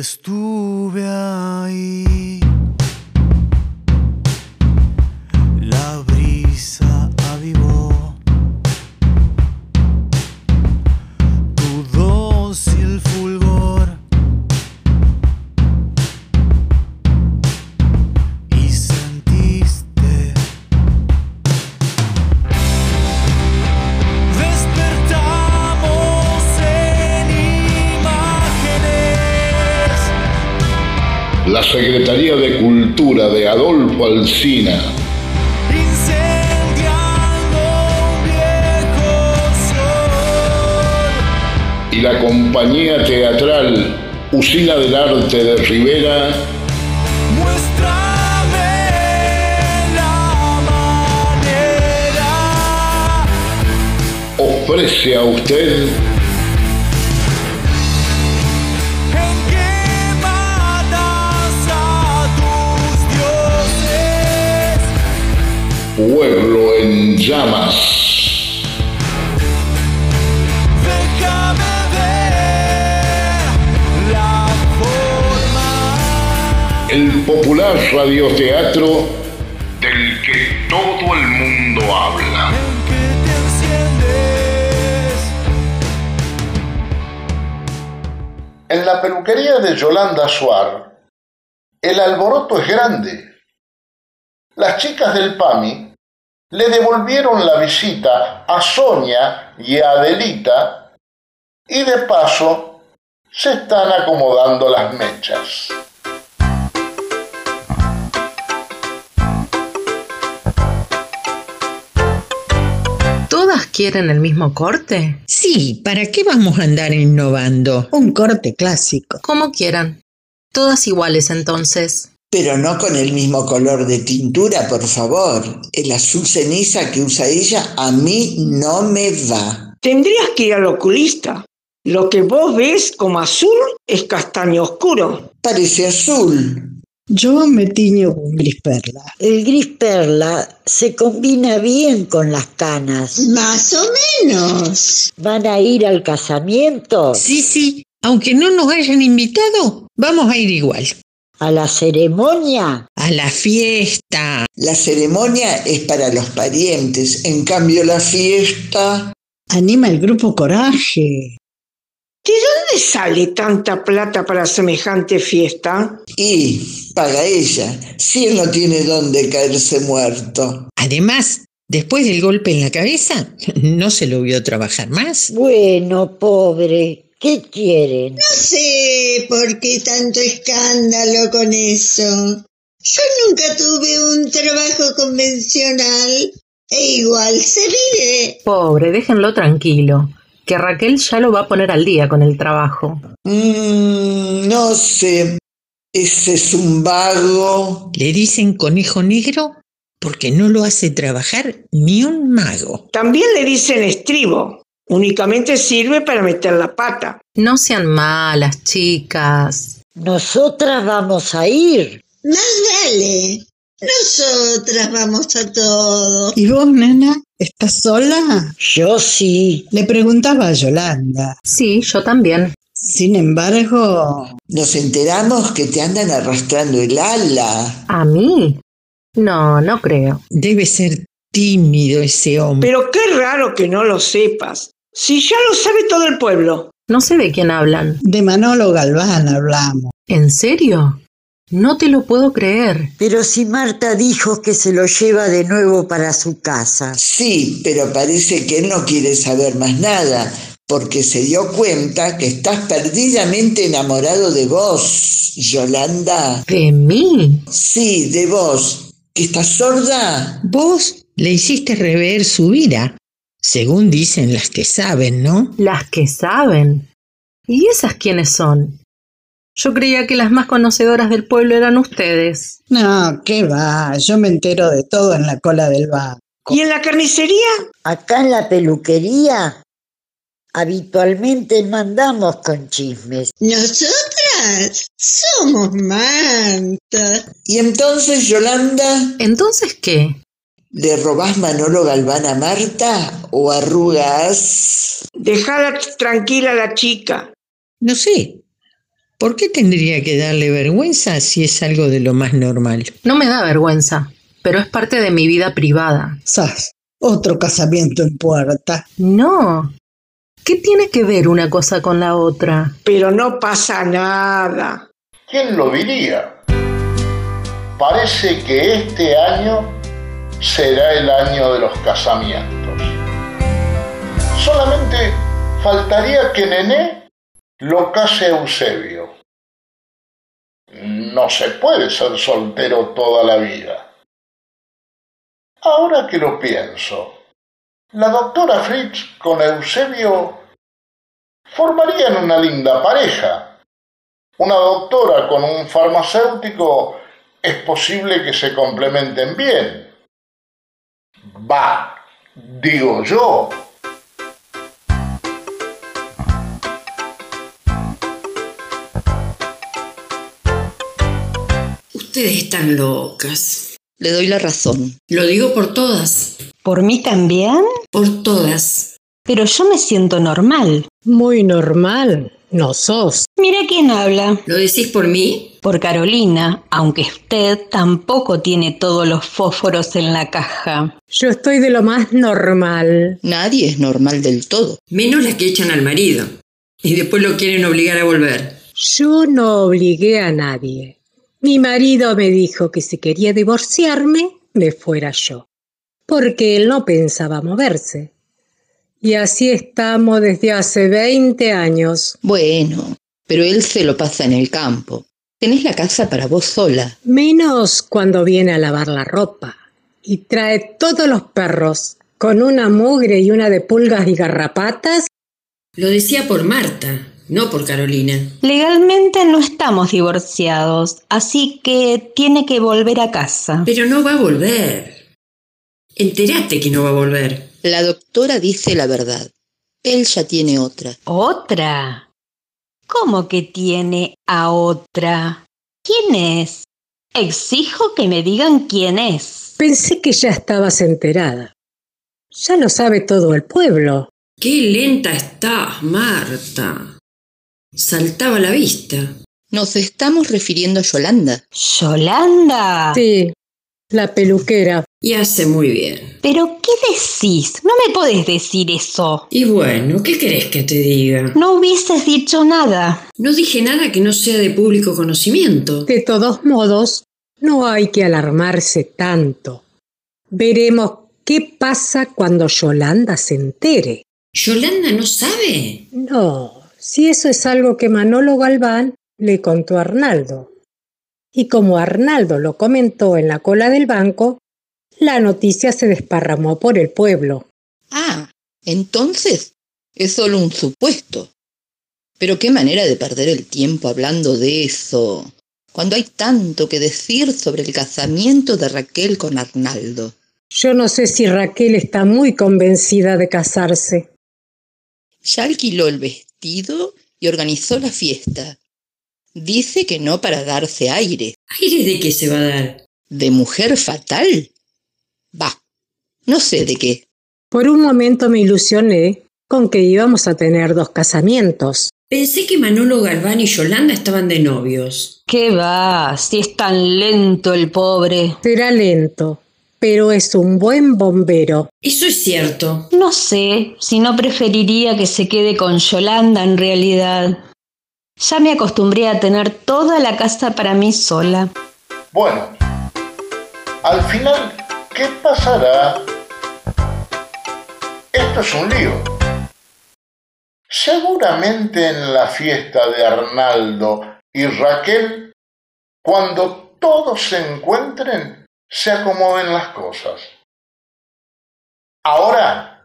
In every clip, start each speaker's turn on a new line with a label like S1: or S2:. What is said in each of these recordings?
S1: Estuve ahí. La brisa avivó tu dócil fulgor y sentiste Despertamos en imágenes.
S2: La Secretaría de Cultura de Adolfo Alsina
S1: Incendiando un viejo sol.
S2: y la compañía teatral Usina del Arte de Rivera
S1: Muéstrame la manera.
S2: ofrece a usted
S1: En que matas a tus dioses.
S2: Pueblo en Llamas.
S1: Déjame ver la forma.
S2: El popular radioteatro del que todo el mundo habla.
S1: En que te enciendes.
S2: En la peluquería de Yolanda Suar, el alboroto es grande. Las chicas del PAMI le devolvieron la visita a Sonia y a Adelita y de paso se están acomodando las mechas.
S3: ¿Todas quieren el mismo corte?
S4: Sí, ¿para qué vamos a andar innovando? Un corte clásico.
S3: Como quieran. Todas iguales entonces.
S5: Pero no con el mismo color de tintura, por favor. El azul ceniza que usa ella a mí no me va.
S6: Tendrías que ir al oculista. Lo que vos ves como azul es castaño oscuro.
S5: Parece azul.
S7: Yo me tiño con gris perla.
S8: El gris perla se combina bien con las canas.
S9: Más o menos.
S8: ¿Van a ir al casamiento?
S4: Sí, sí, aunque no nos hayan invitado, vamos a ir igual.
S8: ¿A la ceremonia?
S4: A la fiesta.
S5: La ceremonia es para los parientes, en cambio la fiesta...
S7: Anima el grupo Coraje.
S6: ¿De dónde sale tanta plata para semejante fiesta?
S5: Y paga ella, si él no tiene dónde caerse muerto.
S4: Además, después del golpe en la cabeza, no se lo vio trabajar más.
S8: Bueno, pobre, ¿qué quieren?
S9: No sé por qué tanto escándalo con eso. Yo nunca tuve un trabajo convencional e igual se vive.
S3: Pobre, déjenlo tranquilo. Que Raquel ya lo va a poner al día con el trabajo.
S5: Mm, no sé, ese es un vago.
S4: Le dicen conejo negro porque no lo hace trabajar ni un mago.
S6: También le dicen estribo. Únicamente sirve para meter la pata.
S3: No sean malas, chicas.
S8: Nosotras vamos a ir.
S9: Más vale. Nosotras vamos a todo.
S7: ¿Y vos, nena? ¿Estás
S4: Ah,
S7: sola?
S8: Yo sí.
S7: Le preguntaba a Yolanda.
S3: Sí, yo también.
S7: Sin embargo,
S5: Nos enteramos que te andan arrastrando el ala.
S3: ¿A mí? No, no creo.
S4: Debe ser tímido ese hombre.
S6: Pero qué raro que no lo sepas. Si ya lo sabe todo el pueblo.
S3: No sé de quién hablan.
S7: de Manolo Galván hablamos.
S3: ¿En serio? No te lo puedo creer.
S8: Pero si Marta dijo que se lo lleva de nuevo para su casa.
S5: Sí, pero parece que él no quiere saber más nada, porque se dio cuenta que estás perdidamente enamorado de vos, Yolanda.
S3: ¿De mí?
S5: Sí, de vos. ¿Que estás sorda?
S4: Vos le hiciste rever su vida, según dicen las que saben, ¿no?
S3: Las que saben. ¿Y esas quiénes son? Yo creía que las más conocedoras del pueblo eran ustedes.
S7: No, qué va, yo me entero de todo en la cola del bar.
S6: ¿Y en la carnicería?
S8: Acá en la peluquería habitualmente mandamos con chismes.
S9: Nosotras somos mantas.
S5: Y entonces, Yolanda,
S3: ¿Entonces qué?
S5: ¿le robás Manolo Galván a Marta o arrugas?
S6: Dejala tranquila a la chica.
S4: No sé.
S10: ¿Por qué tendría que darle vergüenza si es algo de lo más normal?
S11: No me da vergüenza, pero es parte de mi vida privada.
S12: Sas, otro casamiento en puerta.
S11: No. ¿Qué tiene que ver una cosa con la otra?
S6: Pero no pasa nada.
S2: ¿Quién lo diría? Parece que este año será el año de los casamientos. Solamente faltaría que Nené lo case a Eusebio. No se puede ser soltero toda la vida. Ahora que lo pienso, la doctora Fritz con Eusebio formarían una linda pareja una doctora con un farmacéutico es posible que se complementen bien. Va, digo yo.
S13: Ustedes están locas.
S3: Le doy la razón.
S13: Lo digo por todas,
S9: ¿Por mí también?
S13: por todas.
S9: Pero yo me siento normal.
S3: Muy normal. No sos.
S9: Mira quién habla.
S13: ¿Lo decís por mí?
S9: Por Carolina, aunque usted tampoco tiene todos los fósforos en la caja.
S3: Yo estoy de lo más normal.
S5: Nadie es normal del todo.
S13: Menos las que echan al marido. Y después lo quieren obligar a volver.
S3: Yo no obligué a nadie. Mi marido me dijo que si quería divorciarme, me fuera yo. Porque él no pensaba moverse. Y así estamos desde hace 20 años.
S5: Bueno, pero él se lo pasa en el campo. Tenés la casa para vos sola.
S3: Menos cuando viene a lavar la ropa y trae todos los perros con una mugre y una de pulgas y garrapatas.
S13: Lo decía por Marta, no por Carolina.
S9: Legalmente no estamos divorciados, así que tiene que volver a casa.
S13: Pero no va a volver. Enterate que no va a volver.
S5: La doctora dice la verdad. Él ya tiene otra.
S9: ¿Otra? ¿Cómo que tiene a otra? ¿Quién es? Exijo que me digan quién es.
S3: Pensé que ya estabas enterada. Ya lo sabe todo el pueblo.
S13: Qué lenta estás, Marta. Saltaba a la vista.
S5: Nos estamos refiriendo a Yolanda.
S9: Yolanda.
S3: Sí, la peluquera.
S13: Y hace muy bien.
S9: ¿Pero qué decís? No me podés decir eso.
S13: Y bueno, ¿qué querés que te diga?
S9: No hubieses dicho nada.
S13: No dije nada que no sea de público conocimiento.
S3: De todos modos, no hay que alarmarse tanto. Veremos qué pasa cuando Yolanda se entere.
S13: ¿Yolanda no sabe?
S3: No, si eso es algo que Manolo Galván le contó a Arnaldo. Y como Arnaldo lo comentó en la cola del banco, la noticia se desparramó por el pueblo.
S5: Ah, entonces es solo un supuesto. Pero qué manera de perder el tiempo hablando de eso, cuando hay tanto que decir sobre el casamiento de Raquel con Arnaldo.
S3: Yo no sé si Raquel está muy convencida de casarse.
S5: Ya alquiló el vestido y organizó la fiesta. Dice que no para darse aire.
S13: ¿Aire de qué se va a dar?
S5: ¿De mujer fatal? Va, no sé de qué.
S3: Por un momento me ilusioné con que íbamos a tener dos casamientos.
S13: Pensé que Manolo Galván y Yolanda estaban de novios.
S9: ¿Qué va? Si es tan lento el pobre.
S3: Será lento, pero es un buen bombero.
S13: Eso es cierto.
S9: No sé si no preferiría que se quede con Yolanda en realidad. Ya me acostumbré a tener toda la casa para mí sola.
S2: Bueno, al final, ¿qué pasará? Esto es un lío. Seguramente en la fiesta de Arnaldo y Raquel, cuando todos se encuentren, se acomoden las cosas. Ahora,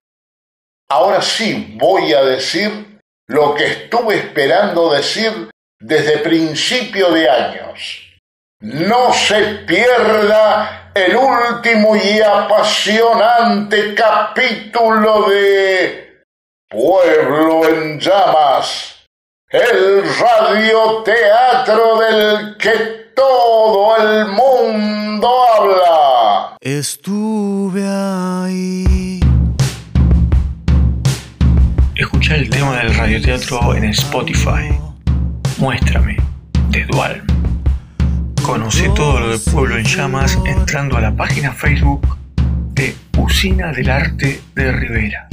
S2: ahora sí voy a decir lo que estuve esperando decir desde principio de años. No se pierda el último y apasionante capítulo de Pueblo en Llamas, el radioteatro del que todo el mundo habla.
S14: Estuve ahí.
S1: Escucha el tema del radioteatro en Spotify. Muéstrame, de Dual. Conoce todo lo del pueblo en llamas entrando a la página Facebook de Usina del Arte de Rivera.